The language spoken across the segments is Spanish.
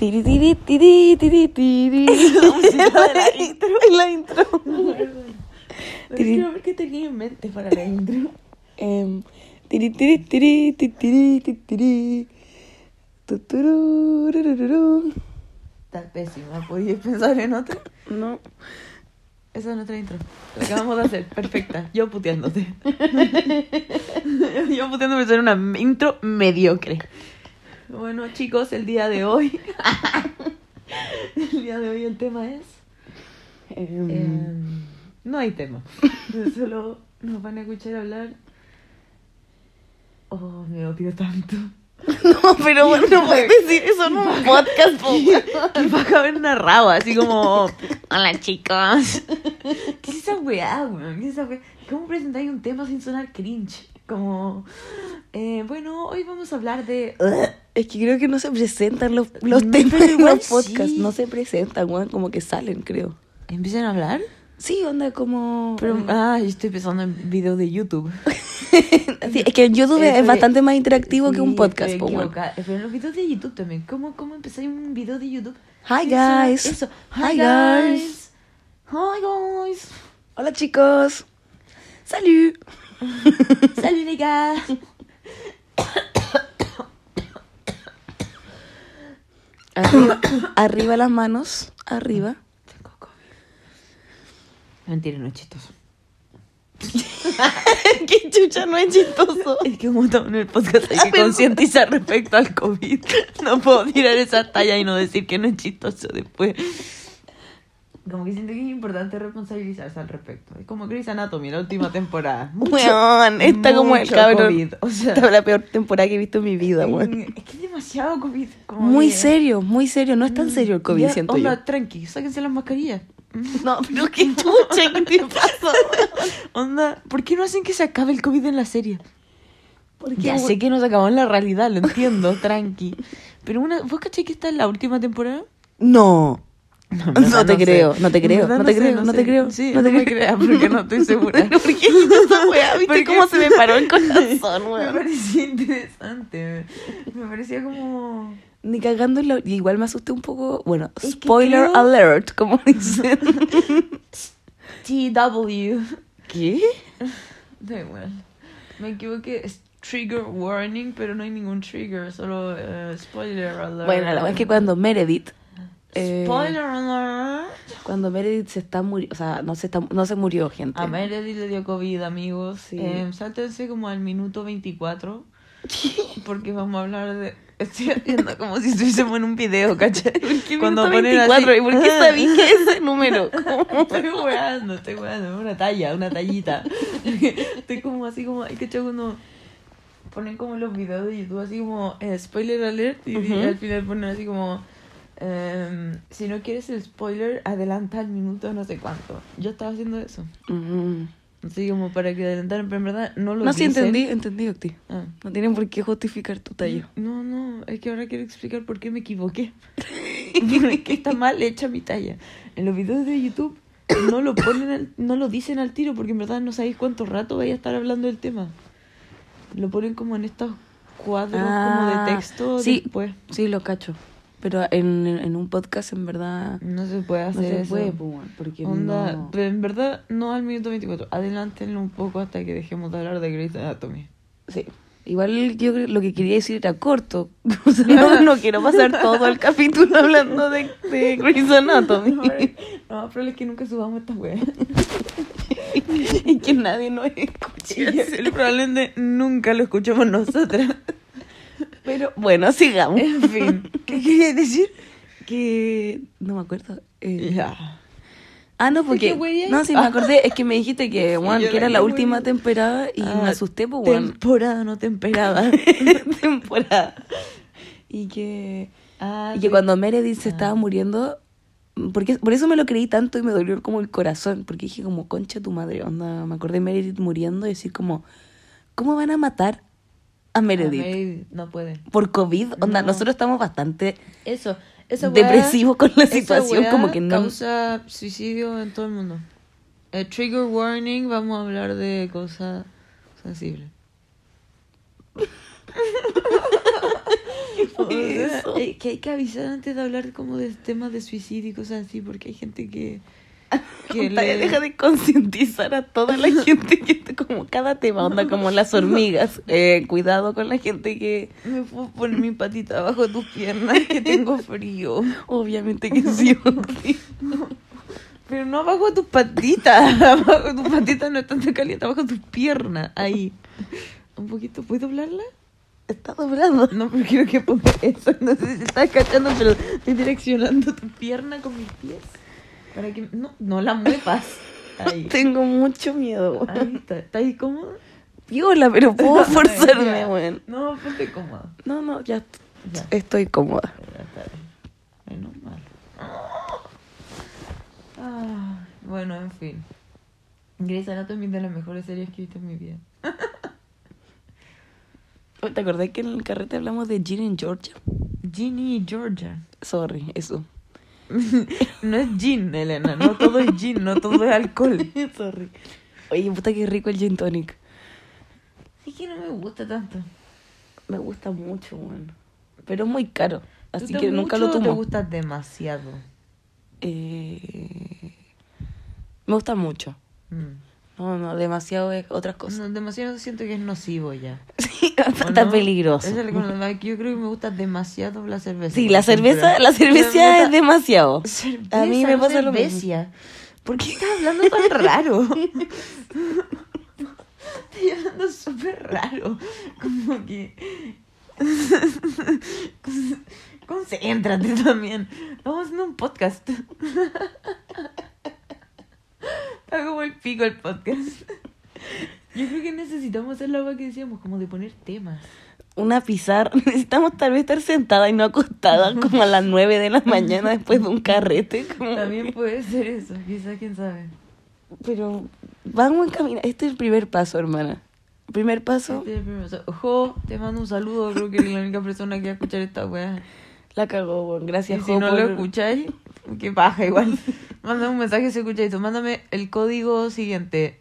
Tiri, tiri, tiri, tiri, tiri. La música de la intro. En la intro. Tiri. Quiero ver qué tenía en mente para la intro. Em, tiri, tiri, tiri, ti, tiri, ti, tiri. Tuturú, rururú. Está pésima, podías pensar en otra. No. Esa es nuestra intro. La acabamos de hacer, perfecta. Yo puteándote. Yo puteándome hacer una intro mediocre. Bueno, chicos, el día de hoy. El día de hoy el tema es. Em, em, no hay tema. Solo nos van a escuchar hablar. Oh, me odio tanto. No, pero bueno, no puedes decir eso en un podcast. po. Y va a caber una raba, así como. Hola, chicos. ¿Qué es esa weá, weón? ¿Qué es esa weá? ¿Cómo presentáis un tema sin sonar cringe? Como. eh, bueno, hoy vamos a hablar de. Es que creo que no se presentan los, los No, temas pero en igual los podcasts. sí. No se presentan, weón, como que salen, creo. ¿Empiezan a hablar? Sí, onda como... Pero, ah, yo estoy pensando en videos de YouTube. Sí, es que en YouTube Estoy- es bastante más interactivo que un Sí, podcast, estoy po, weón. equivocada. Pero en los videos de YouTube también. ¿Cómo, cómo empezáis un video de YouTube? Hi, sin sonar guys. Eso. Hi, Hi guys. Hi guys. Hola, chicos. Salud. Salut les gars. Arriba, arriba las manos, arriba. Tengo COVID. Mentira, no es chistoso. Qué chucha, no es chistoso. Es que como estamos en el podcast Ah, hay que perdón. concientizar respecto al COVID. No puedo tirar esa talla y no decir que no es chistoso después. Como que siento que es importante responsabilizarse al respecto. Es como Grey's Anatomy, la última temporada. Weón, está como el mucho cabrón. COVID, o sea. Esta es la peor temporada que he visto en mi vida, weón. Es que es demasiado COVID. como Muy que- Mm, serio, muy serio. No es tan serio el COVID, Ya, siento yo. onda, tranqui, sáquense las mascarillas. No, pero qué chucha, ¿qué te pasa? Onda, ¿por qué no hacen que se acabe el COVID en la serie? Porque Ya sé que no se acabó en la realidad, lo entiendo, tranqui. Pero una, ¿vos caché que esta es la última temporada? No. No, No te creo, no te creo, En verdad no te creo, no te sé. creo, Sí, no no, te me creo. creas porque no estoy segura. ¿Por qué hiciste esa weá? ¿Viste Porque- cómo se me paró el corazón, Me weón? parecía interesante. Me parecía como. Ni cagando en la... y Igual me asusté un poco. Bueno, Es que spoiler creo- alert, como dicen. TW. ¿Qué? Da igual. Me equivoqué. Es trigger warning, pero no hay ningún trigger, solo eh, spoiler alert. Bueno, la verdad es que cuando Meredith... eh, Spoiler alert. Cuando Meredith se está muriendo... O sea, no se, está... no se murió, gente. A Meredith le dio COVID, amigos. Sí. Eh, sáltense como al minuto 24. Porque vamos a hablar de. Estoy haciendo como si estuviésemos en un video, ¿cachai? ¿Qué Cuando minuto ponen así- 24? ¿Y por qué sabía que ese número? ¿Cómo? Estoy jugando, estoy jugando. Una talla, una tallita. Estoy como así como. Hay que echar uno. Ponen como los videos de YouTube así como. eh, spoiler alert. Y, y Ujú. al final ponen así como. em, si no quieres el spoiler, adelanta al minuto no sé cuánto. Yo estaba haciendo eso. Mm. Así como para que adelantaran, pero en verdad no lo No, sí, dicen. entendí, entendí, Octi. Ah. No tienen por qué justificar tu tallo. No, no, es que ahora quiero explicar por qué me equivoqué. Porque está mal hecha mi talla. En los videos de YouTube no lo ponen al- no lo dicen al tiro porque en verdad no sabéis cuánto rato vais a estar hablando del tema. Lo ponen como en estos cuadros como Ah, de texto sí. después. Sí, lo cacho. Pero en, en un podcast, en verdad, No se puede no hacer se eso. puede, po, weón, porque Onda, no... pero en verdad no al minuto 24. Adelántenlo un poco hasta que dejemos de hablar de Grey's Anatomy. Sí. Igual yo creo- lo que quería decir era corto. O sea, no, no quiero pasar todo el capítulo hablando de, de Grey's No, Anatomy. no, pero es que nunca subamos esta wea. y que nadie nos Y escuche. es- Probablemente nunca lo escuchamos nosotras. Pero bueno, sigamos. En fin, ¿qué quería decir? Que no me acuerdo. eh, Ya. Ah, no, ¿De qué porque. güey hay? No, sí, me Ah. acordé. Es que me dijiste que, weón, yo que la era la que última güey. temporada y Ah, me asusté, pues, weón. Temporada no temperada. temporada. Y que. Ah, Y que cuando Meredith se Ah. estaba muriendo, mm, porque, por eso me lo creí tanto y me dolió como el corazón, porque dije como, concha tu madre, onda, me acordé de Meredith muriendo y decir como, ¿cómo van a matar a Meredith? ah, No pueden. Por COVID, onda, No. nosotros estamos bastante Eso, esa wea- depresivos con la esa situación, wea como que no... causa suicidio en todo el mundo. Eh, trigger warning, vamos a hablar de cosas sensibles. O fue sea, eso? eh, que hay que avisar antes de hablar como de temas de suicidio y cosas así, porque hay gente que... que Onda, ya le- deja de concientizar a toda la gente que está como cada tema, onda como las hormigas. Eh, cuidado con la gente que Me puedo poner mi patita abajo de tus piernas, que tengo frío. obviamente que sí. Pero no abajo de tus patitas. Abajo de tus patitas no es tan caliente, abajo de tus piernas. Ahí. Un poquito, ¿puedes doblarla? está doblado. No, pero quiero que ponga eso. No sé si estás cachando, pero estoy direccionando tu pierna con mis pies. Para que. No, no la muevas. Ahí. Tengo mucho miedo. weón. Ahí está. ¿Estás ahí cómoda? Viola, pero puedo forzarme, Ya. weón. No, ponte cómoda. No, no, ya Ya. estoy cómoda. Ya está bien. Menos mal. Ah, bueno, en fin. Grey's Anatomy es de las mejores series que he visto en mi vida. Oye, ¿Te acordás que en el carrete hablamos de Ginny en Georgia? Ginny y Georgia. Sorry, eso. No es gin, Elena. No todo es gin, no todo es alcohol. Sorry. Oye, puta que rico el gin tonic. Es que no me gusta tanto. Me gusta mucho, weón. Pero es muy caro. Así ¿Tú te que nunca mucho lo o tomo. te gusta demasiado. Eh, me gusta mucho. Mm. No, no, demasiado es otras cosas. No, demasiado siento que es nocivo ya. Sí, ¿o está no? peligroso. Esa es la- con la- yo creo que me gusta demasiado la cerveza. Sí, por la ejemplo. cerveza, la Pero me cerveza es gusta- demasiado. Cerveza, A mí me no pasa lo mismo. cervecia. ¿Por qué estás hablando tan raro? Estoy hablando súper raro. Como que. Concéntrate también. Estamos haciendo un podcast. Está como el pico el podcast. Yo creo que necesitamos hacer la agua que decíamos, como de poner temas. Una pizarra. Necesitamos tal vez estar sentada y no acostada como a las 9 de la mañana después de un carrete. como- También puede ser eso, quizás, quién sabe. Pero vamos en camino. Este es el primer paso, hermana. Primer paso, Este es el primer paso. Jo, te mando un saludo. Creo que eres la única persona que va a escuchar esta weá. la cagó, weón. Si, Gracias, si Jo, no lo por- escucháis, que baja igual. Mándame un mensaje si escucháis. tú. Mándame el código siguiente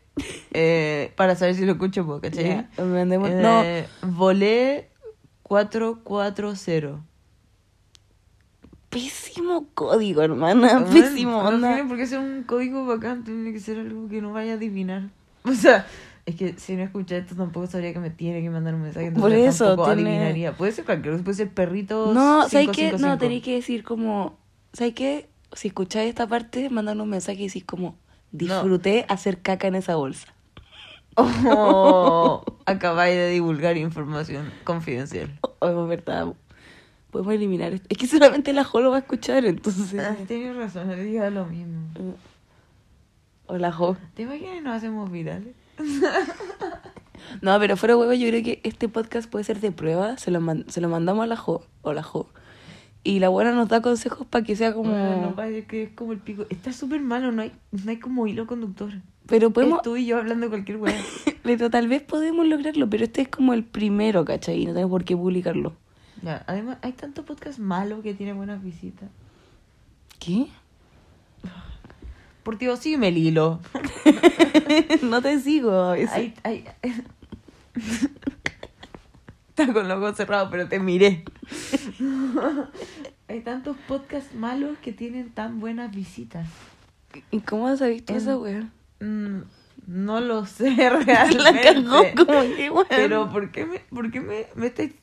eh, para saber si lo escucho, po, ¿cachai? Ya, mandemos- Eh, Volé 440. No, pésimo código, hermana. Pésimo, No onda. tiene por qué ser un código bacán, tiene que ser algo que no vaya a adivinar. O sea, es que si no escuché esto tampoco sabría que me tiene que mandar un mensaje. Por Entonces eso, tampoco tiene- adivinaría. Puede ser cualquier cosa, puede ser perrito. No, ¿sabes 555. qué? No, tenéis que decir como, ¿sabes qué? Si escucháis esta parte, mandan un mensaje y decís como, disfruté hacer caca en esa bolsa. Oh, acabáis de divulgar información confidencial. O- o es Oh, verdad. Podemos eliminar esto. Es que solamente la Jo lo va a escuchar, entonces. Ah, Tienes razón, le diga lo mismo. O la Jo. ¿Te imaginas que nos hacemos virales? No, pero fuera huevo, yo creo que este podcast puede ser de prueba. Se lo, man- se lo mandamos a la Jo. O la Jo. Y la buena nos da consejos para que sea como. Bueno, no parece que es como el pico. Está súper malo, no hay, no hay como hilo conductor. Pero podemos. Es tú y yo hablando de cualquier weá. Pero tal vez podemos lograrlo, pero este es como el primero, ¿cachai? Y no tenemos por qué publicarlo. Ya, además, hay tanto podcast malo que tiene buenas visitas. ¿Qué? Por Dios, sígueme el hilo. no te sigo a veces. Ay, ay. Está con los ojos cerrados, pero te miré. Hay tantos podcasts malos que tienen tan buenas visitas. ¿Y cómo has visto Mm. esa weá? Mm, no lo sé La realmente. cagó como que weón. Pero ¿por qué me, por qué me, me, estáis-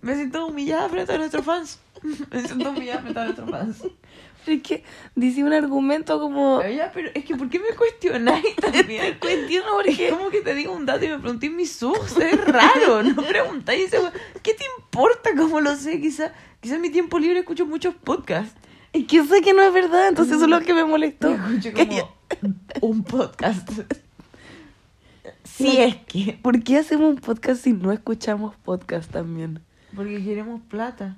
me siento humillada frente a nuestros fans? Me siento humillada frente a nuestros fans. Es que dice un argumento como. Pero ya, pero es que ¿por qué me cuestionáis también? Cuestiono Es porque. como que te digo un dato y me pregunté mis subs, es raro, no preguntáis eso. ¿Qué te importa cómo lo sé? Quizá, quizá en mi tiempo libre escucho muchos podcasts. Es que sé que no es verdad, entonces eso es lo que me molestó. Escucho Que como yo- un podcast. Si es que. ¿Por qué hacemos un podcast si no escuchamos podcast también? Porque queremos plata.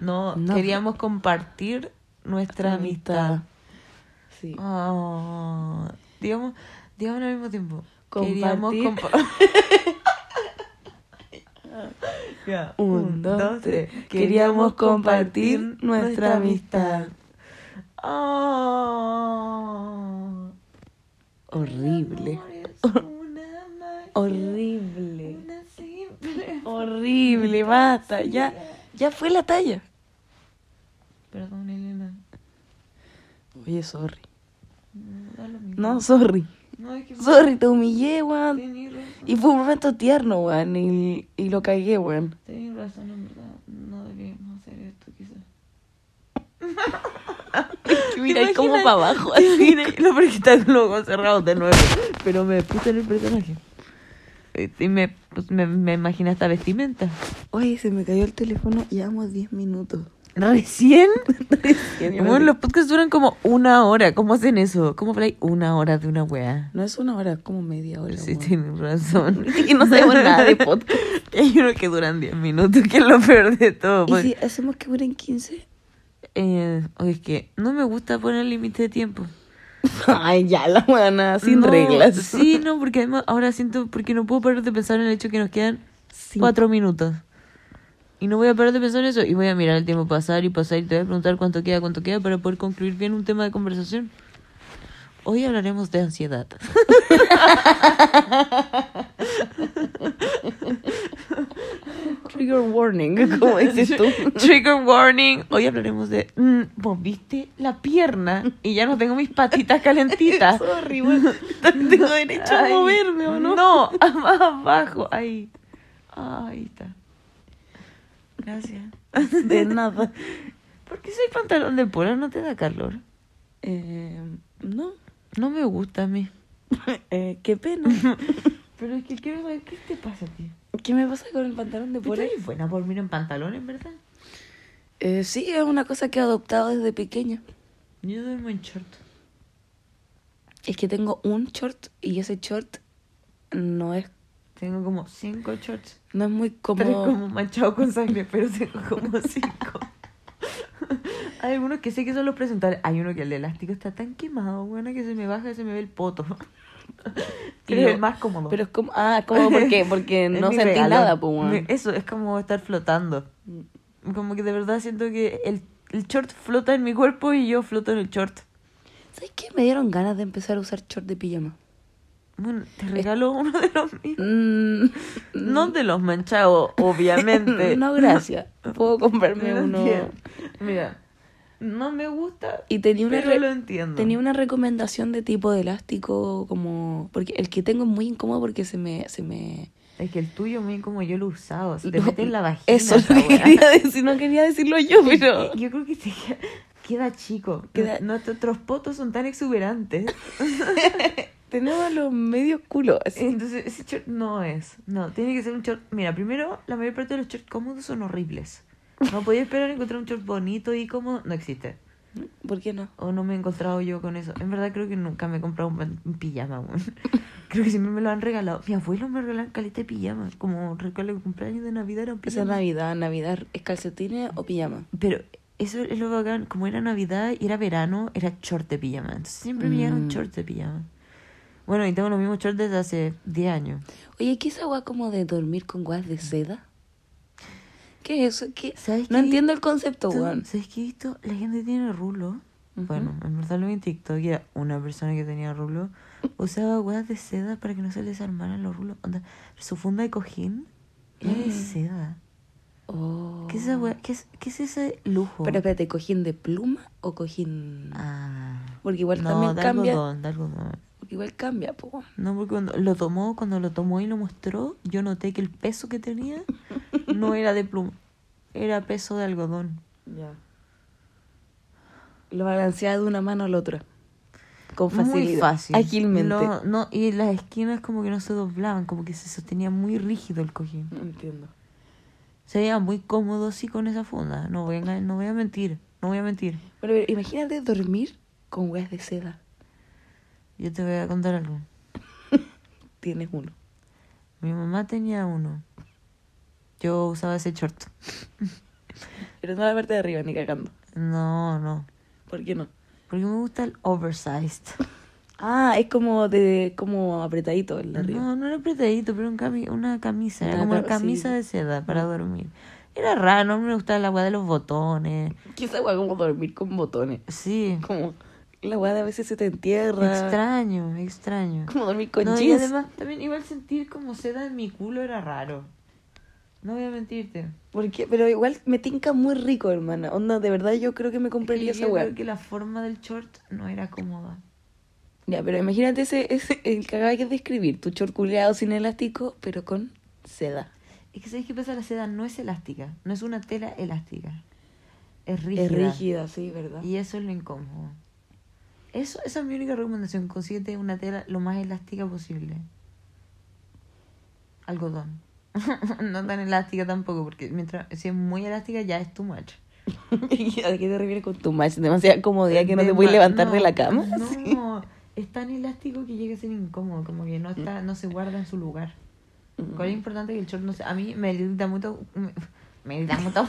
No, No. queríamos compartir nuestra amistad. Sí. Ah, digamos, digamos al mismo tiempo. Queríamos Compartir. compa- Ya, Un, dos, tres. Queríamos compartir nuestra amistad. Ah. Horrible. El amor es una magia, Horrible. una simple horrible. Horrible, basta, ya, ya fue la talla. Perdón, Elena. Oye, sorry. No, da lo mismo. No, sorry. No, es que Sorry, te humillé, weón. Tenés razón. Y fue un momento tierno, weón, y, y lo cagué, weón. Tenés razón, en verdad. No debíamos hacer esto, quizás. Mira, ¿Te y como imaginas? para abajo, ¿Te así. imaginas? No, porque está con los ojos cerrados de nuevo. Pero me puse en el personaje. Eh, Y me, pues, me, me imaginé esta vestimenta. Oye, se me cayó el teléfono, llevamos 10 minutos. ¿Recién? Recién, Bueno, los podcasts duran como una hora. ¿Cómo hacen eso? ¿Cómo habláis una hora de una weá? No es una hora, es como media hora. Sí, weón. tienen razón. Y no sabemos nada de podcast. Hay unos que duran 10 minutos, que es lo peor de todo. ¿Y porque- si hacemos que duren 15? Eh, oye, es que no me gusta poner límite de tiempo. Ay, ya, la buena, sin No, reglas. Sí, no, porque además ahora siento, porque no puedo parar de pensar en el hecho que nos quedan Sí. cuatro minutos. Y no voy a parar de pensar en eso. Y voy a mirar el tiempo pasar y pasar y te voy a preguntar cuánto queda, cuánto queda para poder concluir bien un tema de conversación. Hoy hablaremos de ansiedad. Trigger warning, como dices tú. Trigger warning. Hoy hablaremos de. mm, ¿Moviste la pierna? Y ya no tengo mis patitas calentitas. Sorry, weón. Tengo derecho a Ay, moverme, ¿o no? No, a- más abajo. Ahí. Ah, ahí está. Gracias. De nada. ¿Por qué soy pantalón de polo? ¿No te da calor? Eh, no. No me gusta a mí. Eh, qué pena. Pero es que quiero saber qué te pasa a ti. ¿Qué me pasa con el pantalón de ¿Por polar? eres buena por mí en pantalones, verdad? Eh, sí, es una cosa que he adoptado desde pequeña. Yo duermo en short. Es que tengo un short y ese short no es, Tengo como cinco shorts. no es muy Tres cómodo. como manchados con sangre, pero tengo como cinco. Hay algunos que sé que son los presentables. Hay uno que el elástico está tan quemado, bueno, que se me baja y se me ve el poto. Y Pero es lo- el más cómodo. Pero es como, ah, ¿cómo? ¿Por qué? Porque Es no mi sentí regalo. nada, pues, weón. Mm. Mi- Eso, es como estar flotando. Como que de verdad siento que el, el short flota en mi cuerpo y yo floto en el short. ¿Sabes qué? Me dieron ganas de empezar a usar short de pijama. Bueno, te regalo uno de los míos. Mm, No de los manchados, obviamente. no, gracias. Puedo comprarme Lo uno. entiendo. Mira, no me gusta. Y tenía una, pero re- lo entiendo. tenía una recomendación de tipo de elástico, como... Porque el que tengo es muy incómodo porque se me... Se me... Es que el tuyo, mí, como yo lo he usado, se te no, mete en la vagina. Eso es esa lo que weá. Eh, quería decir, no quería decirlo yo, pero... Yo creo que te queda, queda chico. Queda- Nuestros potos son tan exuberantes. Tenemos los medios culos. Entonces, ese short no es. No, tiene que ser un short. Mira, primero, la mayor parte de los shorts cómodos son horribles. No podía esperar encontrar un short bonito y cómodo. No existe. ¿Por qué no? O no me he encontrado yo con eso. En verdad, creo que nunca me he comprado un, pan- un pijama. weón. Creo que siempre me lo han regalado. Mi abuelo me regaló caleta de pijama. Como recuerdo el cumpleaños de Navidad era un Esa es pijama. Navidad, Navidad, ¿es calcetines o pijama? Pero eso es lo bacán. Como era Navidad y era verano, era short de pijama. Entonces siempre me llegaron Mm. shorts de pijama. Bueno, y tengo los mismos shorts desde hace 10 años. Oye, ¿qué es agua como de dormir con guas de seda? ¿Qué es eso? ¿Qué? ¿Sabes no qué? entiendo el concepto, Tú, weón. ¿Sabes qué he visto? La gente tiene rulo. Ujú. Bueno, en verdad lo vi en TikTok y era una persona que tenía rulo. Usaba huevas de seda para que no se les armaran los rulos. Onda, su funda de cojín era de seda. Mm. Oh. ¿Qué es, esa hueá- qué es- qué es ese lujo? Pero espérate, ¿cojín de pluma o cojín...? Ah. Porque igual no, también de cambia. algodón, de algodón. Porque igual cambia, po. weón. No, porque cuando lo tomó, cuando lo tomó y lo mostró, yo noté que el peso que tenía no era de pluma, era peso de algodón. Ya. Lo balancea de una mano a la otra. Con facilidad. Muy fácil. Ágilmente. No, no, y las esquinas como que no se doblaban, como que se sostenía muy rígido el cojín. Entiendo. Se veía muy cómodo sí con esa funda. No voy a, enga- no voy a mentir, no voy a mentir. Pero, pero imagínate dormir con guas de seda. Yo te voy a contar algo. Tienes uno. Mi mamá tenía uno. Yo usaba ese short. Pero no la parte de arriba, ni cagando. No, no. ¿Por qué no? Porque me gusta el oversized. Ah, es como de como apretadito el de arriba. No, no era apretadito, pero un cami- una camisa. Era Una como una ca- camisa sí. de seda para dormir. Era raro, no me gustaba la agua de los botones. Que esa weá como dormir con botones. Sí. Como la weá de a veces se te entierra. Extraño, extraño. Como dormir con No, y jeans. además también igual sentir como seda en mi culo era raro. No voy a mentirte. Porque, pero igual me tinca muy rico, hermana. Onda, de verdad yo creo que me compraría Es que esa yo weá. creo que la forma del short no era cómoda. Ya, pero imagínate ese, ese el que acabas de describir, tu short culeado sin elástico, pero con seda. Es que sabéis que pasa, la seda no es elástica, no es una tela elástica. Es rígida. Es rígida, sí, ¿verdad? Y eso es lo incómodo. Eso, esa es mi única recomendación. Consíguete una tela lo más elástica posible. Algodón. no tan elástica tampoco, porque mientras si es muy elástica ya es too much. ¿A qué te refieres con tu match? Demasiada comodidad que no te voy a levantar de la cama. No, Sí. es tan elástico que llega a ser incómodo, como que no está, no se guarda en su lugar. Cuál es importante que el short no se... A mí me irrita mucho... Me, me irrita mucho.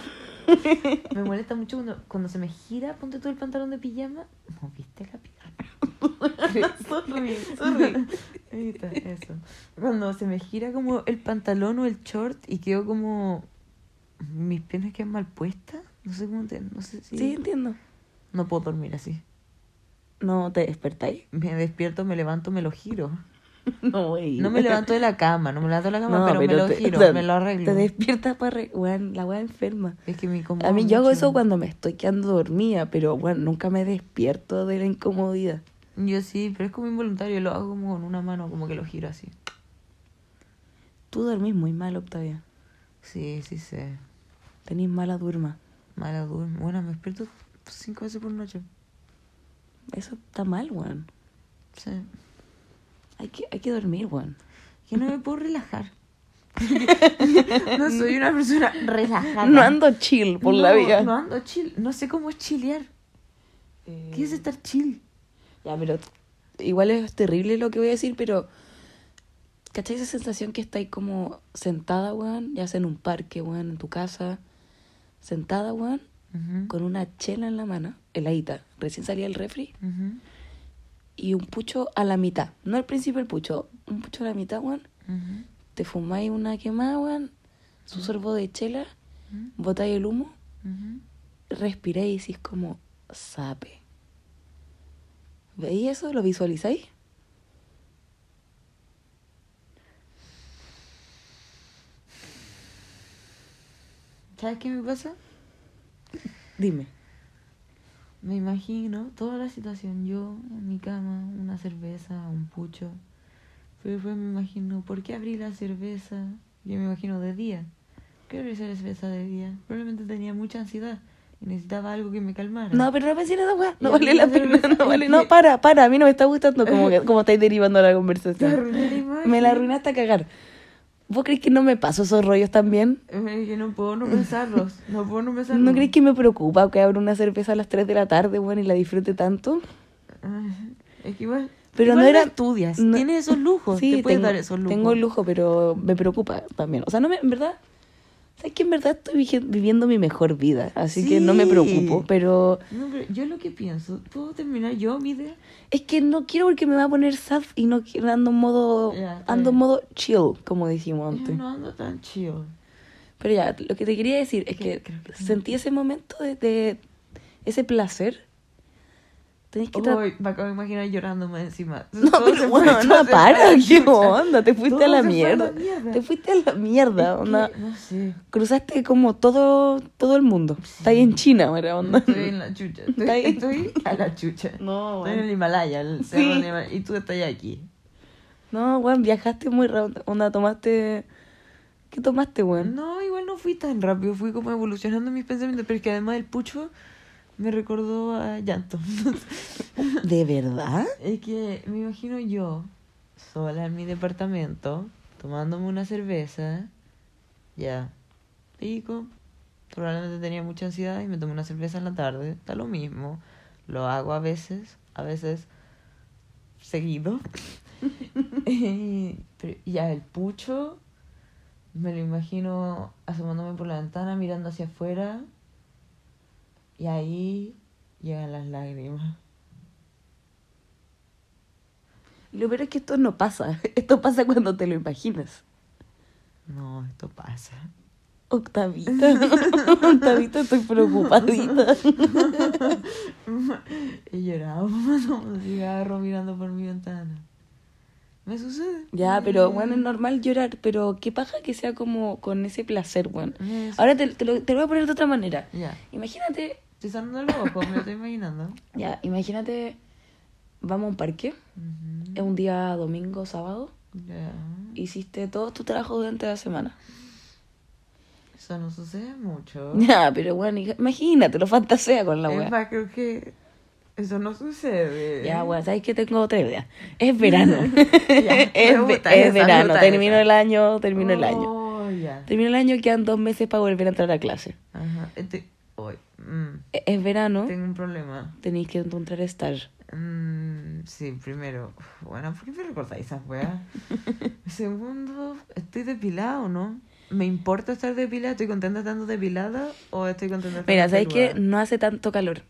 me molesta mucho cuando, cuando se me gira, ponte todo el pantalón de pijama. Moviste la pierna. sorry, sorry. Ahí está, eso. Cuando se me gira como el pantalón o el short y quedo como... Mis piernas quedan mal puestas. No sé cómo te... No sé si... Sí, entiendo. No puedo dormir así. No te despertáis. Me despierto, me levanto, me lo giro. No, güey. No me levanto de la cama, no me levanto de la cama, No, pero, me lo te- giro, te- me lo arreglo. Te despiertas para... arreg- Weón, la weá enferma. Es que me incomoda A mí yo hago mucho. eso cuando me estoy quedando dormida, pero bueno, nunca me despierto de la incomodidad. Yo sí, pero es como involuntario, lo hago como con una mano, como que lo giro así. Tú dormís muy mal, Octavia. Sí, sí sé. Tenís mala durma. Mala duermo. Bueno, me despierto cinco veces por noche. Eso está mal, weón. Sí. Hay que, hay que dormir, weón. Que no me puedo relajar. no soy una persona relajada. No ando chill por la No, vida. No ando chill. No sé cómo es chilear. ¿Qué es estar chill? Eh, Ya, pero igual es terrible lo que voy a decir, pero ¿cachai esa sensación que estáis como sentada, weón? Ya sea en un parque, weón, en tu casa. Sentada, weón, Ujú, con una chela en la mano, heladita. Recién salía el refri. ujú, y un pucho a la mitad. No al principio el pucho, un pucho a la mitad, weón. ujú, Te fumáis una quemada, weón. Su sorbo de chela, ujú, botáis el humo, ujú. respiráis y decís como, sape. ¿Veis eso? ¿Lo visualizáis? ¿Sabes qué me pasa? Dime. Me imagino toda la situación, yo en mi cama, una cerveza, un pucho. Pero después me imagino, ¿por qué abrí la cerveza? Yo me imagino de día. ¿Por ¿Qué abrí esa cerveza de día? Probablemente tenía mucha ansiedad y necesitaba algo que me calmara. No, pero no pensé en esa weá. No Ya, vale mira, la pena, cerveza. no vale. No, para, para. A mí no me está gustando como, que- como estáis derivando la Te conversación. arruiné la imagen. Me la arruinaste a cagar. ¿Vos crees que no me paso esos rollos también? Eh, Yo no puedo no pensarlos. No puedo no pensarlos. ¿No crees que me preocupa que abra una cerveza a las 3 de la tarde, weón, y la disfrute tanto? Ay, Es que igual. Pero no igual era- estudias. no- Tienes esos lujos. Sí, te puedes tengo, dar esos lujos. tengo lujo, pero me preocupa también. O sea, no me, en verdad, sabes que en verdad estoy vige- viviendo mi mejor vida, así que no me Sí. preocupo, pero No, pero yo lo que pienso, ¿puedo terminar yo mi idea? es que no quiero porque me va a poner sad y no quiero, ando en modo, Ya, está ando en bien. modo chill, como dijimos Yo antes. no ando tan chido. Pero ya, lo que te quería decir es Que que, creo que- sentí ese momento de, de ese placer. Tenés que tratar... Uy, me acabo de imaginar llorando más encima. No, Todo se pero fue, bueno, todo se no, fue a para, la ¿qué chucha. onda? Te fuiste a Todo la se fue a mierda. Te fuiste a la mierda, Es que, onda. No sé. Cruzaste como todo, todo el mundo. Está ahí en China, ¿verdad? Onda. Estoy en la chucha. Estoy, Está ahí. estoy a la chucha. No, Estoy en el weón. Himalaya, el Sí. cerro del Himalaya, y tú estás aquí. No, weón, viajaste muy rápido. Onda, tomaste. ¿Qué tomaste, weón? No, igual no fui tan rápido, fui como evolucionando mis pensamientos, pero es que además el pucho me recordó a llanto. ¿De verdad? Es que me imagino yo, sola en mi departamento, tomándome una cerveza, ya, pico, probablemente tenía mucha ansiedad y me tomé una cerveza en la tarde, está lo mismo, lo hago a veces, a veces seguido. Eh, Pero ya el pucho, me lo imagino asomándome por la ventana, mirando hacia afuera, y ahí llegan las lágrimas. Lo peor es que esto no pasa. Esto pasa cuando te lo imaginas. No, esto pasa. Octavita. Octavita, estoy preocupadita. Y lloraba fumando un cigarro mirando por mi ventana. Me sucede. Eh, Ya, pero bueno, es normal llorar, pero qué paja que sea como con ese placer, bueno. Ahora te, te lo, te lo voy a poner de otra manera. eh, Ya. Imagínate, Estoy saliendo algo ojo, me lo estoy imaginando. ya, imagínate, vamos a un parque, Ujú. es un día domingo, sábado, Ya. hiciste todo tu trabajo durante la semana. Eso no sucede mucho. Ya, pero bueno, hija- imagínate, lo fantasea con la Oh. Es weá. más, creo que eso no sucede. Ya, weá, sabes que tengo otra idea. Es verano. es, me ve- gusta es esa, me verano. gusta Termino esa. el año, termino el año. Oh, ya. Termino el año, quedan dos meses para volver a entrar a clase. Ajá. Este, hoy. mm, E- Es verano, Tengo un problema. tenéis que encontrar estar. Mm, sí, primero. uf, Bueno, ¿por qué me recordáis esas weas? Segundo, ¿estoy depilada o no? ¿Me importa estar depilada? ¿Estoy contenta estando depilada o estoy contenta estando Mira, ¿sabes qué? peluda? No hace tanto calor.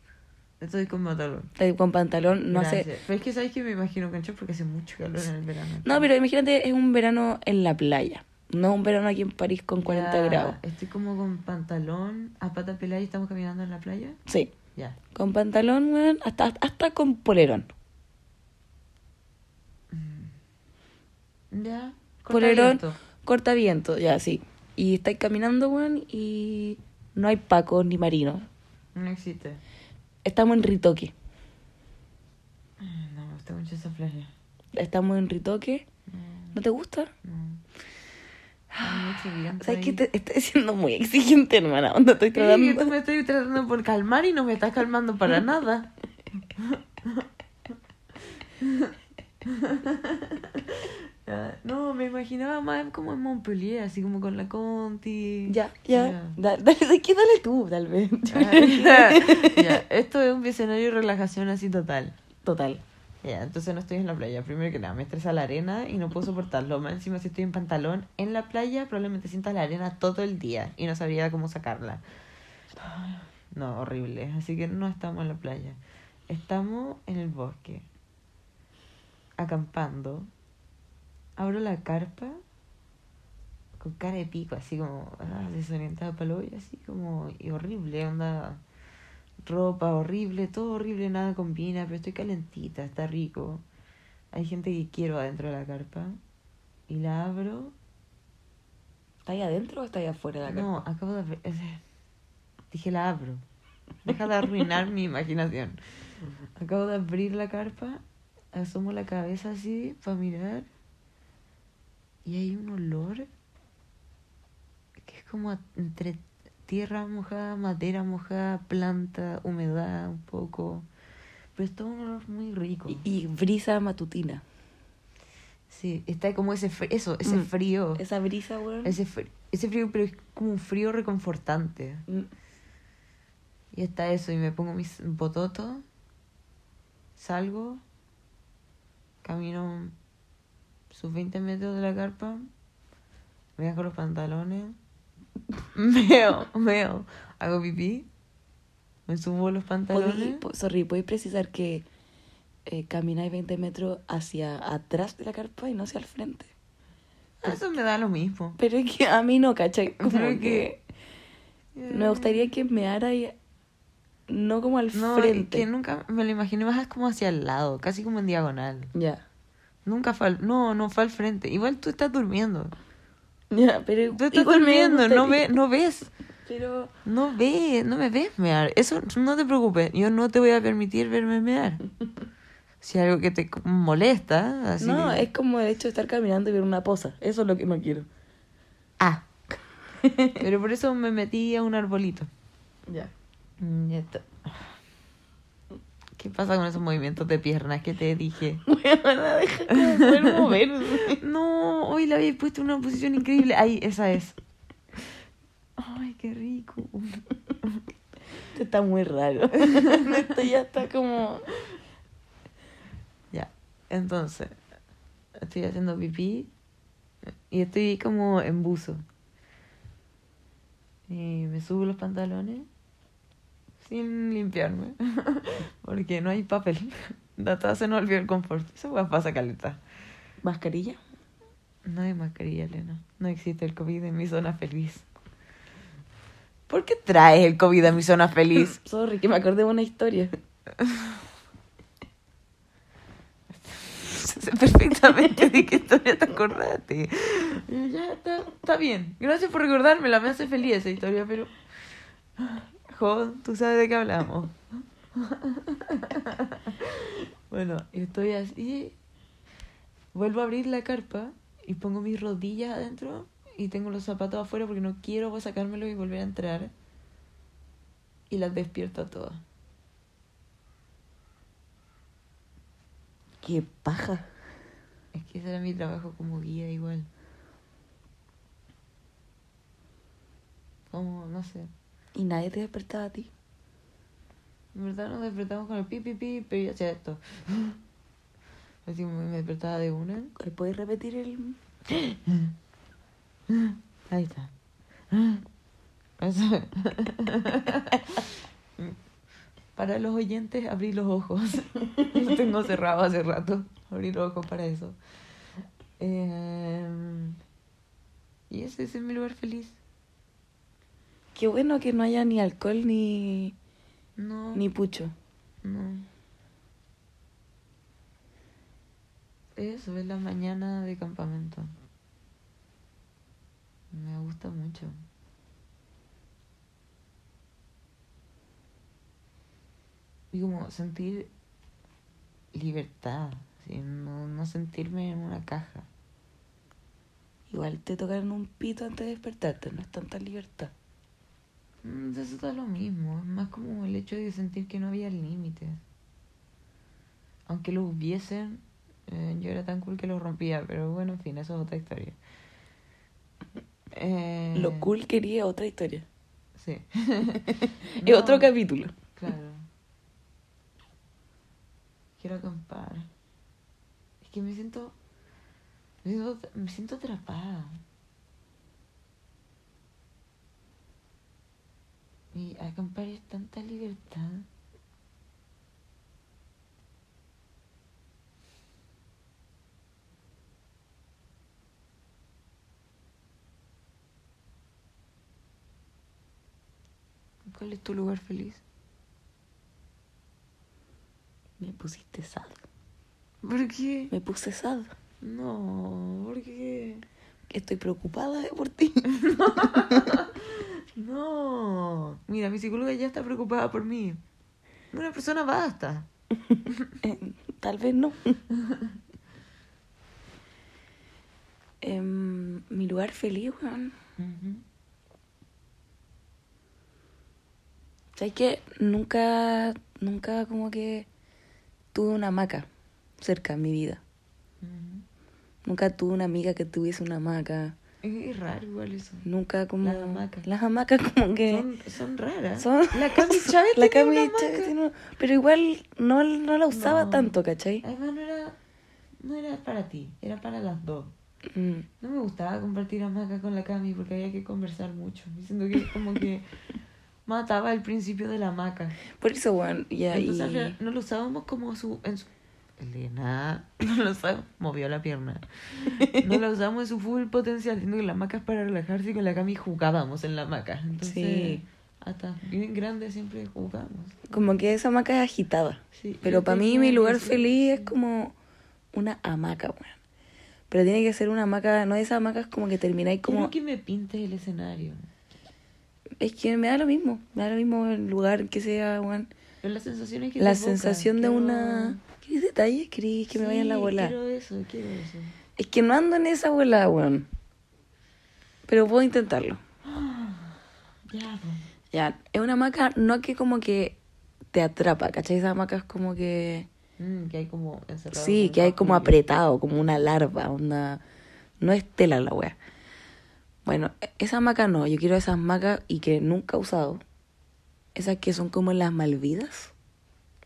Estoy con pantalón. Te- Con pantalón no hace... Gracias. Pero es que sabes que me imagino con short porque hace mucho calor en el verano. No, pero imagínate, es un verano en la playa. No un verano aquí en París con 40 Ya, grados. Estoy como con pantalón a pata pelada y estamos caminando en la playa. Sí. Ya. Con pantalón, weón, hasta, hasta con polerón. Ya. corta polerón, viento. cortaviento, ya, sí. Y estáis caminando, weón, y no hay Paco ni Marino. No existe. Estamos en Ritoque. No me gusta mucho esa playa. Estamos en Ritoque. No, ¿No te gusta? no. Hay mucho viento ¿Sabes ahí. que te, estoy siendo muy exigente, hermana? Onda, estoy Sí, tratando. tú me estoy tratando por calmar y no me estás calmando para nada. Ya, No, me imaginaba más como en Montpellier, así como con la Conti. Ya, ya. Da- dale, ¿sabes qué? Dale tú, tal vez. Ya. Ya, Esto es un escenario de relajación así total. Total. Ya, entonces no estoy en la playa. Primero que nada, me estresa la arena y no puedo soportarlo. Más encima, si estoy en pantalón en la playa, probablemente sienta la arena todo el día y no sabría cómo sacarla. No, horrible. Así que no estamos en la playa. Estamos en el bosque, acampando. Abro la carpa con cara de pico, así como ah, desorientada para lo y así como y horrible, onda ropa horrible, todo horrible, nada combina, pero estoy calentita, está rico. Hay gente que quiero adentro de la carpa. Y la abro. ¿Está ahí adentro o está ahí afuera de la No, acabo de abrir. es- Dije la abro. Deja de arruinar mi imaginación. Acabo de abrir la carpa, asomo la cabeza así para mirar. Y hay un olor que es como a- entre tierra mojada, madera mojada, planta, humedad un poco. Pero es todo un olor muy rico. Y, y brisa matutina. Sí, está como ese fr- eso, ese Mm. frío. Esa brisa, weón. Ese, fr- ese frío, pero es como un frío reconfortante. Mm. Y está eso, y me pongo mis bototos, salgo, camino sus 20 metros de la carpa, me bajo los pantalones, meo, meo, hago pipí, me subo los Podí- pantalones. po- sorry, ¿podéis precisar que eh, camináis 20 metros hacia atrás de la carpa y no hacia el frente? Ah, Eso me da lo mismo. Pero es que a mí no, ¿cachai? Como Pero que que- me gustaría que me ara y no como al No, es frente. que nunca me lo imaginé más como hacia el lado, casi como en diagonal. Ya. Nunca fue al... No, no fue al frente. Igual tú estás durmiendo. Ya, pero Tú estás igual me durmiendo, no, gustaría- ve, no ves. Pero No ve, no me ves mear. Eso no te preocupes. Yo no te voy a permitir verme mear. Si hay algo que te molesta, así no, que- es como el hecho de estar caminando y ver una poza. Eso es lo que no quiero. Ah. Pero por eso me metí a un arbolito. Ya. Mm, ya está. ¿Qué pasa con esos movimientos de piernas que te dije? Bueno, deja como poder mover. No, hoy la había puesto en una posición increíble. Ahí, esa es. Ay, qué rico. Esto está muy raro. Esto ya está como. Ya, entonces, estoy haciendo pipí y estoy como en buzo. Y me subo los pantalones sin limpiarme, porque no hay papel. Data se nos olvidó el confort. Esa hueá pasa caleta. ¿Mascarilla? No hay mascarilla, Elena. No existe el COVID en mi zona feliz. ¿Por qué traes el COVID a mi zona feliz? Sorry, que me acordé de una historia. sé perfectamente de qué historia te acordaste. Y yo, ya, está, está bien. Gracias por recordármela, me hace feliz esa historia, pero... Jo, tú sabes de qué hablamos. bueno, yo estoy así. Vuelvo a abrir la carpa y pongo mis rodillas adentro y tengo los zapatos afuera porque no quiero voy a sacármelos y volver a entrar. Y las despierto a todas. Qué paja. Es que ese era mi trabajo como guía igual. Como, no sé. Y nadie te despertaba a ti. En verdad nos despertamos con el pi, pi, pi, pero yo hacía esto. Así como me despertaba de una. ¿Puedes repetir el...? Ahí está. Eso. Para los oyentes, abrí los ojos. Los tengo cerrado hace rato. Abrí los ojos para eso. Eh, y ese, ese es mi lugar feliz. Qué bueno que no haya ni alcohol ni, No. ni pucho. No. Eso es la mañana de campamento. Me gusta mucho. Y como sentir libertad, ¿sí? no, no sentirme en una caja. Igual te tocaron un pito antes de despertarte, no es tanta libertad. Mm, Eso da lo mismo, es más como el hecho de sentir que no había límites. Aunque lo hubiesen, eh, yo era tan cool que lo rompía, pero bueno, en fin, eso es otra historia. Eh, Lo cool quería otra historia. Sí. Es No, otro capítulo. Claro. Quiero acampar. Es que me siento. Me siento, me siento atrapada. Y acampar es tanta libertad. ¿Cuál es tu lugar feliz? Me pusiste sad. ¿Por qué? Me puse sad. No, ¿por qué? Estoy preocupada por ti. No. Mira, mi psicóloga ya está preocupada por mí. Una persona basta. Eh, Tal vez no. Em, mi lugar feliz, weón. ¿Sabes que Nunca, nunca como que tuve una hamaca cerca en mi vida. Nunca tuve una amiga que tuviese una hamaca. Es raro igual eso. Nunca como... Las hamacas. Las hamacas como que... Son, son raras. son- La Cami Chávez La tenía Cami una Chávez hamaca. tiene una- Pero igual no, no la usaba No. tanto, ¿cachai? Además no era, no era para ti, era para las dos. Mm. No me gustaba compartir hamaca con la Cami porque había que conversar mucho. Diciendo que como que mataba el principio de la hamaca. Por eso, weón, ya... Entonces, eh, al y- final, no lo usábamos como su, en su... Elena, no lo usábamos, movió la pierna. No lo usábamos en su full potencial, siendo que la hamaca es para relajarse y con la cami jugábamos en la hamaca. Entonces, Sí. hasta bien grande siempre jugamos. Como que esa hamaca es agitada. Sí, Pero yo para mí tengo mi una lugar isla, feliz es como una hamaca, weón. Pero tiene que ser una hamaca, no esas hamacas como que termináis como... Quiero que me pintes el escenario. Es que me da lo mismo, me da lo mismo el lugar que sea, weón. Pero la sensación es que La te evoca, sensación de quiero- una... ¿Quieres detalles? ¿Querés que me vayan la Sí, bola? Quiero eso, quiero eso. Es que no ando en esa bola, weón. Pero puedo intentarlo. Ya, pues. Ya, es una hamaca no que como que te atrapa, ¿cachai? Esas hamacas como que... Mm, que hay como encerrado. Sí, con que hay una como cuya. apretado, como una larva, onda. No es tela la wea. Bueno, e- esa hamaca no, yo quiero esas hamacas y que nunca he usado. Esas que son como las malvidas.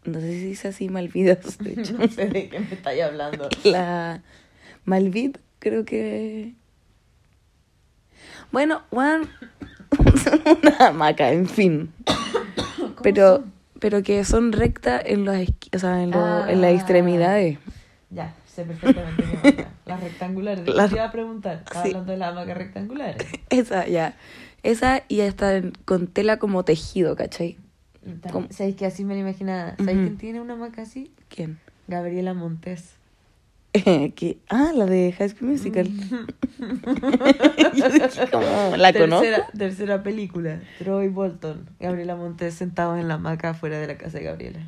No sé si dice así malvidas, de hecho. no sé de qué me estáis hablando. La Malvid, creo que. Bueno, Juan. Son una hamaca, en fin. Pero, pero que son rectas en, los esqui- o sea, en, lo- en las Ah. extremidades. Ya, sé perfectamente qué hamaca. Las rectangulares. La- Te iba a preguntar. Estaba Sí. hablando de las hamacas rectangulares. Esa, ya. Esa y hasta en- con tela como tejido, ¿cachai? Y tam- ¿Cómo? ¿Sabéis que así me la imaginaba? ¿Sabéis Ujú. quién tiene una hamaca así? ¿Quién? Gabriela Montes. que, ah, la de High School Musical. Yo dije, como, ¿La conozco? Mm. tercera, tercera película. Troy Bolton. Gabriela Montes sentados en la hamaca afuera de la casa de Gabriela.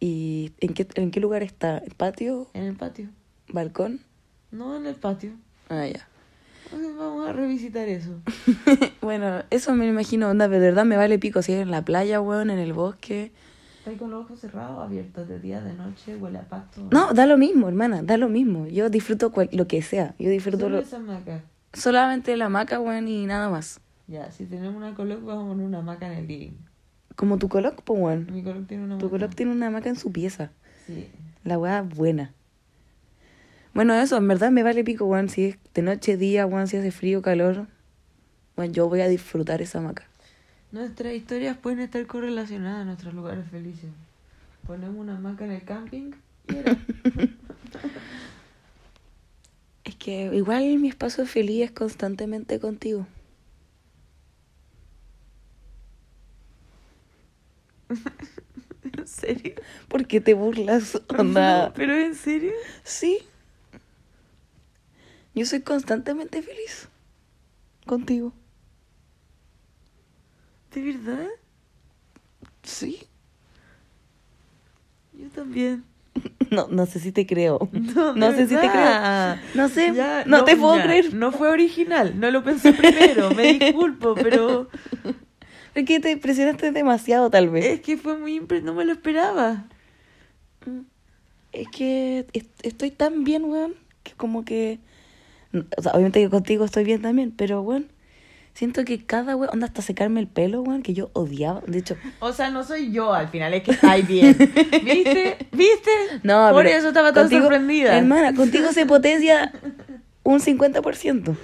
¿Y en qué, en qué lugar está? ¿El patio? En el patio. ¿Balcón? No en el patio. Ah, ya. Entonces Vamos a revisitar eso. bueno, eso me imagino, onda, pero de verdad me vale pico si es en la playa, weón, en el bosque. Estoy con los ojos cerrados, abiertos de día, de noche, huele a pasto. No, da lo mismo, hermana, da lo mismo. Yo disfruto cual- lo que sea. Yo disfruto Solo lo- esa hamaca. solamente la hamaca, weón, y nada más. Ya, si tenemos una coloc, vamos a poner una hamaca en el living. Como tu coloc, po, weón. Mi coloc tiene una Tu hamaca. coloc tiene una hamaca en su pieza. Sí. La weá buena. Bueno, eso, en verdad me vale pico, weón. Si es de noche, día, weón, si hace frío, calor. Bueno, yo voy a disfrutar esa hamaca. Nuestras historias pueden estar correlacionadas a nuestros lugares felices. Ponemos una hamaca en el camping y era. Es que igual mi espacio feliz es constantemente contigo. ¿En serio? ¿Por qué te burlas? Onda. No, ¿Pero en serio? Sí. Yo soy constantemente feliz. Contigo. ¿De verdad? Sí. Yo también. No, no sé si te creo. No, de sé si te verdad. creo. No sé. Ya, no, te puedo ya, creer. No fue original, no lo pensé primero, me disculpo, pero Es que te impresionaste demasiado, tal vez. es que fue muy impre... no me lo esperaba. Es que est- estoy tan bien, weón, que como que... O sea, obviamente que contigo estoy bien también, pero, weón, siento que cada, weón, onda hasta secarme el pelo, weón, que yo odiaba. De hecho, O sea, no soy yo al final, es que estáis bien. ¿Viste? ¿Viste? no, Por pero eso estaba tan contigo- sorprendida. Hermana, contigo se potencia un 50%.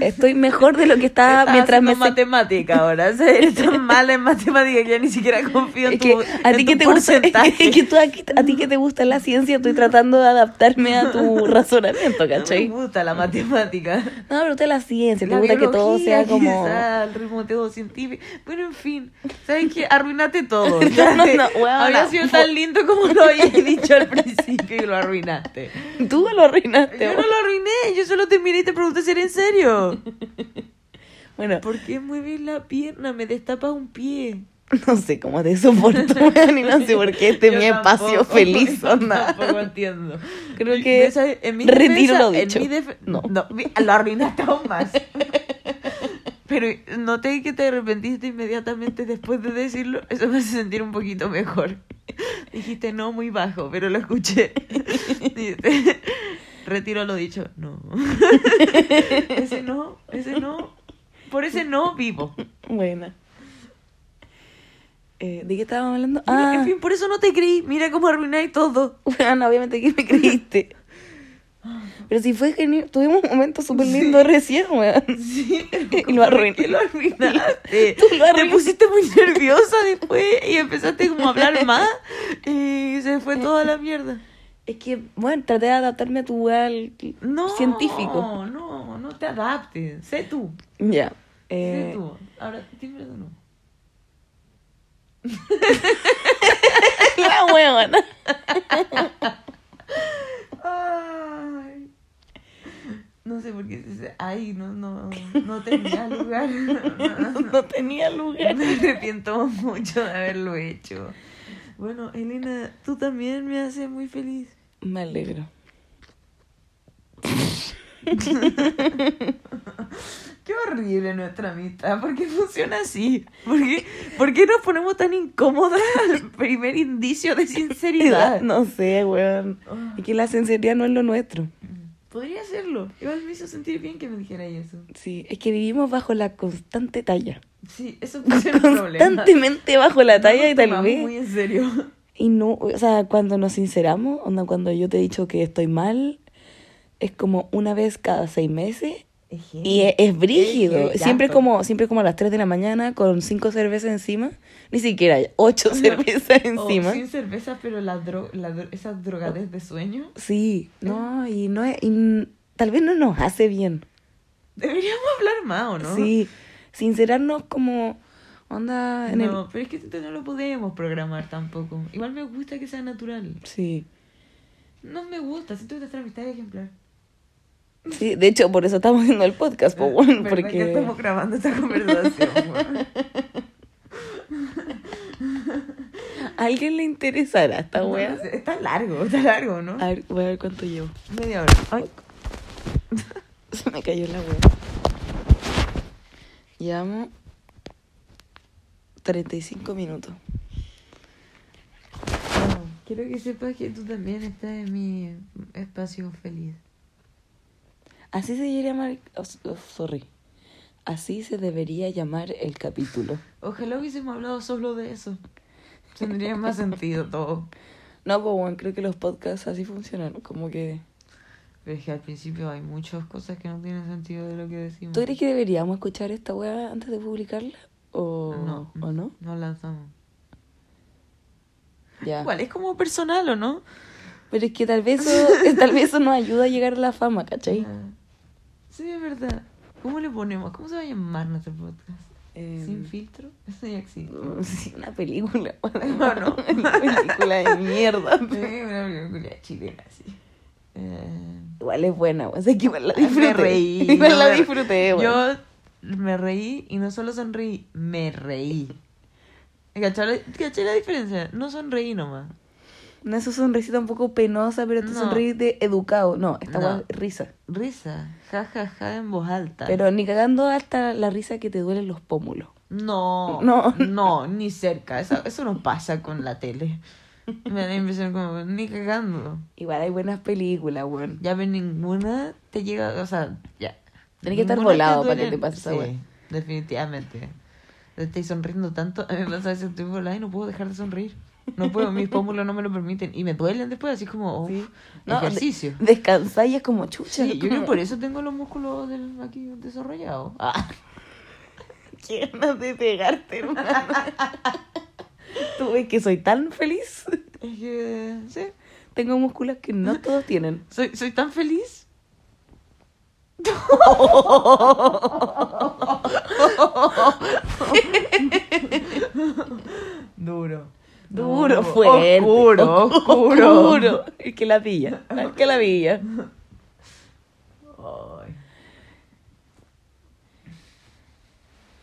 Estoy mejor de lo que estaba Estás mientras me... haciendo se- matemática ahora. ¿sí? Eres tan mala en matemática que ya ni siquiera confío en Es tu, que a en ti tu que te gusta, porcentaje. es que tú aquí- a ti que te gusta la ciencia, estoy tratando de adaptarme a tu razonamiento, ¿cachai? No me gusta la matemática. No, pero usted la ciencia, te La gusta que todo biología, sea como. quizá, el ritmoteo científico. Bueno, en fin, ¿sabes qué? Arruinaste todo. No, no, no, weona. Había sido tan lindo como lo habías dicho al principio y lo arruinaste. Tú lo arruinaste. Yo no vos. lo arruiné, yo solo te miré y te pregunté si era en serio. Bueno, ¿Por qué mueves la pierna? Me destapas un pie. no sé cómo te soporto, weón, y no sé por qué este es Yo mi tampoco, espacio feliz, yo onda. Tampoco entiendo. Creo Y que de esa- en mi retiro defensa- lo dicho. En mi def- No. no. mi- lo arruinaste aún más. Pero noté que te arrepentiste inmediatamente después de decirlo. Eso me hace sentir un poquito mejor. Dijiste no muy bajo, pero lo escuché. Dijiste, retiro lo dicho. No. ese no, ese no. Por ese no vivo. Bueno. Eh, ¿De qué estábamos hablando? En Ah, fin, por eso no te creí. Mira cómo arruináis todo. weón, obviamente que me creíste. Pero si fue genial, tuvimos un momento súper lindo recién, weón. Sí, Y lo arruiné. ¿Por qué lo arruinaste? Tú lo Te arruinaste. pusiste muy nerviosa después y empezaste como a hablar más y se Eh, fue toda la mierda. Es que, bueno, traté de adaptarme a tu weá al- No. científico. No, no, no te adaptes. Sé tú. Ya. Sé Eh, tú. Ahora, dime tú no. la weona. Ay. No sé por qué se dice, ay, no, no, no tenía lugar. No, No tenía lugar. Me arrepiento mucho de haberlo hecho. Bueno, Elena, tú también me haces muy feliz. Me alegro. Qué horrible nuestra amistad, ¿por qué funciona así? ¿Por qué, por qué nos ponemos tan incómodas al primer indicio de sinceridad? No sé, weón. Ah, Es que la sinceridad no es lo nuestro. Podría hacerlo. Igual me hizo sentir bien que me dijera eso. Sí, es que vivimos bajo la constante talla. Sí, eso puede ser un problema. Constantemente bajo la talla No y nos tal tomamos vez. muy en serio. Y no, o sea, cuando nos sinceramos, onda, cuando yo te he dicho que estoy mal, es como una vez cada seis meses. Y es, es brígido. Siempre pues. es como, siempre es como a las 3 de la mañana con cinco cervezas encima. Ni siquiera hay ocho cervezas O encima. sin cerveza, pero la dro la dro- esas drogadez de sueño. Sí, no, y no es, y n- tal vez no nos hace bien. Deberíamos hablar más, ¿o no? Sí, sincerarnos como onda Ah, en No, pero es que esto no lo podemos programar tampoco. Igual me gusta que sea natural. el... Sí. No me gusta, siento que nuestra amistad es ejemplar. Sí, de hecho, por eso estamos haciendo el podcast, Ah, po, weón, Verdad pues, porque... que estamos grabando esta conversación, weón. ¿A alguien le interesará esta No lo weá? sé, Está largo, está largo, ¿no? A ver, voy a ver cuánto llevo. Media hora. Ay, Se me cayó la weá. Llevamos 35 minutos. no, ah, quiero que sepas que tú también estás en mi espacio feliz. Así se debería llamar... oh, s- oh, sorry. Así se debería llamar el capítulo. Ojalá hubiésemos hablado solo de eso. Tendría más sentido todo. No, pues bueno, creo que los podcasts así funcionan. Como que... Pero es que al principio hay muchas cosas que no tienen sentido de lo que decimos. ¿Tú crees que deberíamos escuchar esta weá antes de publicarla? ¿O No. ¿O no? No lanzamos. Ya. Igual, es como personal, ¿o no? Pero es que tal vez eso, eh, tal vez eso nos ayuda a llegar a la fama, ¿cachai? Ah. Sí, es verdad. ¿Cómo le ponemos? ¿Cómo se va a llamar nuestro podcast? ¿Sin Em, filtro? Eso ya existe. sí, una película. No, no. Una película de mierda. Sí, una película chilena, sí. Eh, Igual es buena, weón. Sé que igual la ay, disfruté. me reí. Igual no la me- disfruté, weón. Yo me reí y no solo sonreí, me reí. ¿Cachai la- cachai la diferencia? No sonreí nomás. No es una sonrisita un poco penosa, pero tú No. sonríete educado. No, esta No. weá es risa. Risa, ja, ja, ja, en voz alta. Pero ni cagando hasta la risa que te duelen los pómulos. No, No. no, ni cerca. Eso, eso no pasa con la tele. Me da la impresión como, ni cagando. Igual hay buenas películas, weón. Ya ves, ninguna te llega, o sea, ya. Tenés que estar Ninguna volado para que duele- te pase esa Sí, wea. definitivamente. Estoy sonriendo tanto, a mí me pasa a veces estoy volada y no puedo dejar de sonreír. No puedo, mis pómulos no me lo permiten. Y me duelen después, así como, oh, Sí. de- ejercicio. descansar y es como chucha. Sí, yo creo como- que por eso tengo los músculos del, aquí desarrollados. Ah. ganas de pegarte, hermano. ¿Tú ves que soy tan feliz? Es que, sí. Tengo músculos que no todos tienen. Soy, soy tan feliz. Duro. Duro, fuerte. Oscuro, oscuro. Oscuro. El que la pilla. El que la pilla. Ay.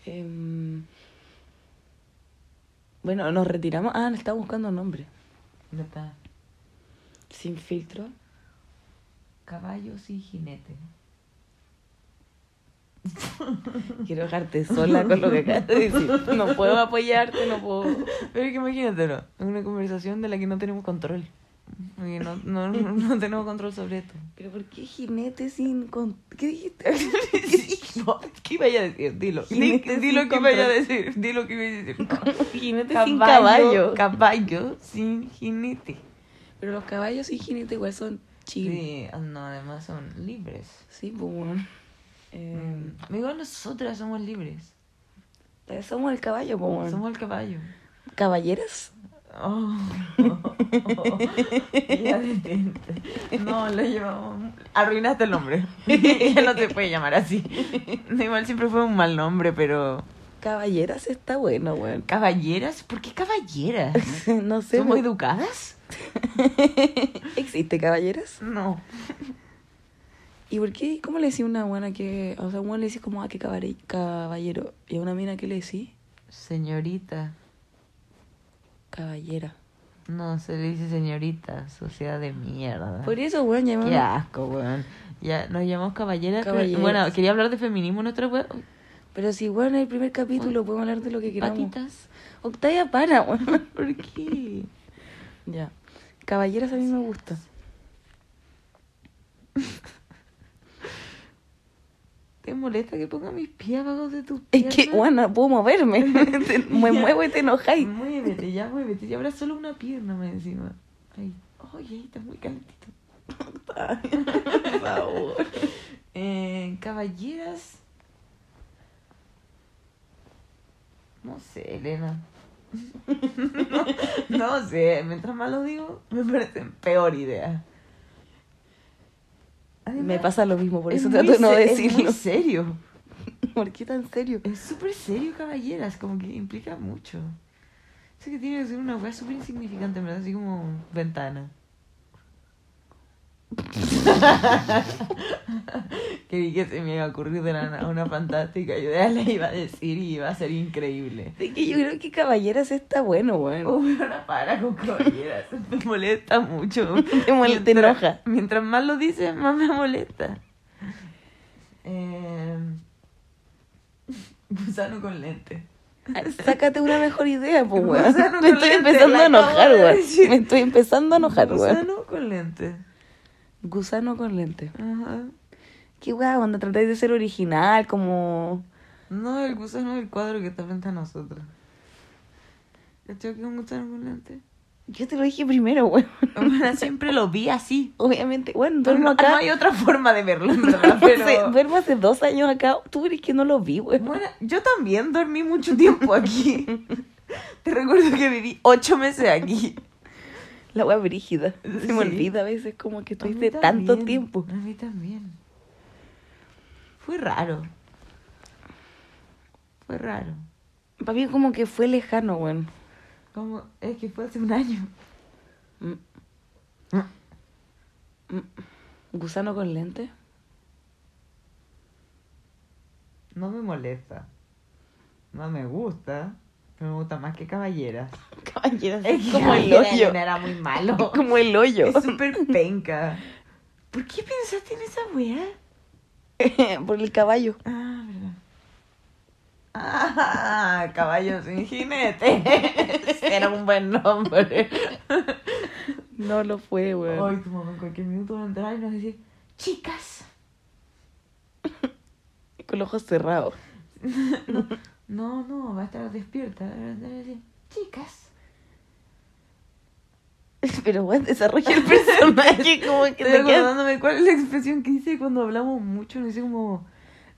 Em, bueno, nos retiramos. Ah, nos estaba buscando nombre. Ya está. Sin filtro. Caballos y jinete. Quiero dejarte sola con lo que acabas de decir. No puedo apoyarte, no puedo. Pero es que imagínatelo, es una conversación de la que no tenemos control. Y no, no, no tenemos control sobre esto. Pero ¿por qué jinete sin... con- ¿Qué dijiste? No, ¿Qué vaya a decir? Dilo. Di, Jinete di lo sin que vaya a control. decir. Di lo que iba a decir. No. jinete sin caballo. Caballo sin jinete. Pero los caballos sin jinete igual son Sí, chidos. ah, no, además son libres. Sí, pues bueno. Mm. Em, Eh, igual nosotras somos libres. Eh, somos el caballo, pues bueno. Somos el caballo. caballeras. Oh, ya detente. No, lo llevamos. Arruinaste el nombre. ya no te puede llamar así. Igual siempre fue un mal nombre, pero. Caballeras está bueno, weón. ¿Caballeras? ¿Por qué caballeras? no sé. ¿Somos muy educadas? ¿Existe caballeras? No. ¿Y por qué? ¿Cómo le decía a una buena que. O sea, a un weón le decía como, ah, que cabare- caballero. Y a una mina que le decía, Señorita. caballera. No, se le dice señorita. Sociedad de mierda. Por eso, weón, llamamos. Qué asco, weón. Ya, nos llamamos caballeras. pero- Caballeras. Bueno, quería hablar de feminismo en nuestra web. Pero si, weón, en el primer capítulo podemos hablar de lo que queramos. Patitas. Octavia para, weón. ¿Por qué? ya. Caballeras a mí me gusta. ¿Te molesta que ponga mis pies abajo de tus Es piernas? que, weón, no puedo moverme. Te- me muevo y te enojáis. Muévete, ya muévete. Y ahora solo una pierna más encima. Ay, oye, ahí está muy calentito. Por favor. Eh, caballeras. No sé, Elena. no, sé, mientras más lo digo, me parece peor idea. Me Además, pasa lo mismo, por es eso muy trato de no se- Es decirlo. muy serio. ¿Por qué tan serio? Es súper serio, caballeras, como que implica mucho. Sé que tiene que ser una weá súper insignificante, en ¿verdad? Así como ventana. que vi que se me iba a ocurrir de la nada una fantástica idea, le iba a decir y iba a ser increíble. Es que yo creo que Caballeras está bueno, weón. Oh, una para con caballeras, me molesta mucho. Te molesta, te Mientras- enoja. Mientras más lo dices, más me molesta. Eh, gusano con lente. Ay, Sácate una mejor idea, pues, Un weón. gusano Me con estoy lente, empezando la a enojar, acabo de weón. decir. Me estoy empezando a enojar, weón. Gusano con lente. Gusano con lente. Ajá. Qué weón, cuando tratáis de ser original, como. No, el gusano del cuadro que está frente a nosotros. ¿Cachai que es un gusano con lente? Yo te lo dije primero, weón. Bueno, siempre lo vi así. Obviamente, bueno, No, duermo no- acá. no hay otra forma de verlo, en ¿verdad? Pero... Hace- duermo hace dos años acá. Tú crees que no lo vi, weón. Bueno, yo también dormí mucho tiempo aquí. Te recuerdo que viví ocho meses aquí. La weá brígida. Se Sí. me olvida a veces como que A mí estuviste tanto también, tiempo. A mí también. Fue raro. Fue raro. Para mí como que fue lejano, weón. Como, es que fue hace un año. Mm, mm. Gusano con lente. No me molesta. No me gusta. Pero me gusta más que caballeras. Caballero, que como el Caballera hoyo. Elena era muy malo. Como el hoyo. Es súper penca. ¿Por qué pensaste en esa weá? Por el caballo. Ah, verdad. Ah, caballo sin jinetes. Era un buen nombre. No lo fue, Hoy weón. tu mamá en cualquier minuto va a entrar y nos va a decir, chicas. Con los ojos cerrados. No, no, va a estar despierta. Va a entrar y decir, chicas. Pero weón, desarrolla el personaje como que Estoy te quedas- acordándome cuál es la expresión que hice cuando hablamos mucho, no hice como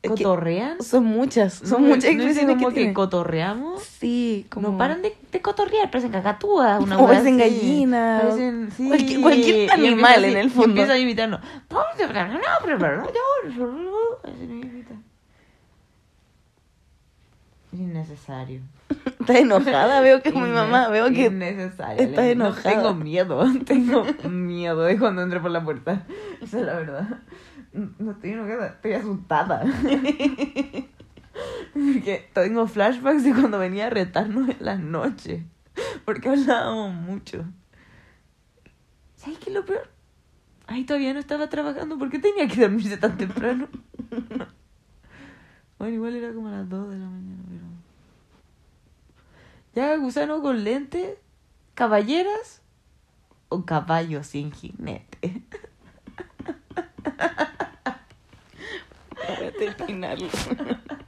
Es que- cotorrean. Son muchas, son No, muchas no hice expresiones como que tienen. cotorreamos. Sí, como No paran de, de cotorrear, parecen cacatúas, una O hueá parecen así. gallinas, o Parecen, sí. cualquier- cualquier Y empieza animal así, en el y fondo. Empieza a imitarnos. Así nos imita. Innecesario. Estás enojada, veo que mi mamá, veo que Innecesario. estás enojada. Tengo miedo, tengo miedo de cuando entro por la puerta. Esa es la verdad. No estoy enojada, estoy asustada. Porque tengo flashbacks de cuando venía a retarnos en las noches. Porque hablábamos mucho. ¿Sabes qué es lo peor? Ahí todavía no estaba trabajando. ¿Por qué tenía que dormirse tan temprano? bueno, igual era como a las 2 de la mañana, pero... Ya, gusano con lente, caballeras o caballo sin jinete. voy a terminarlo.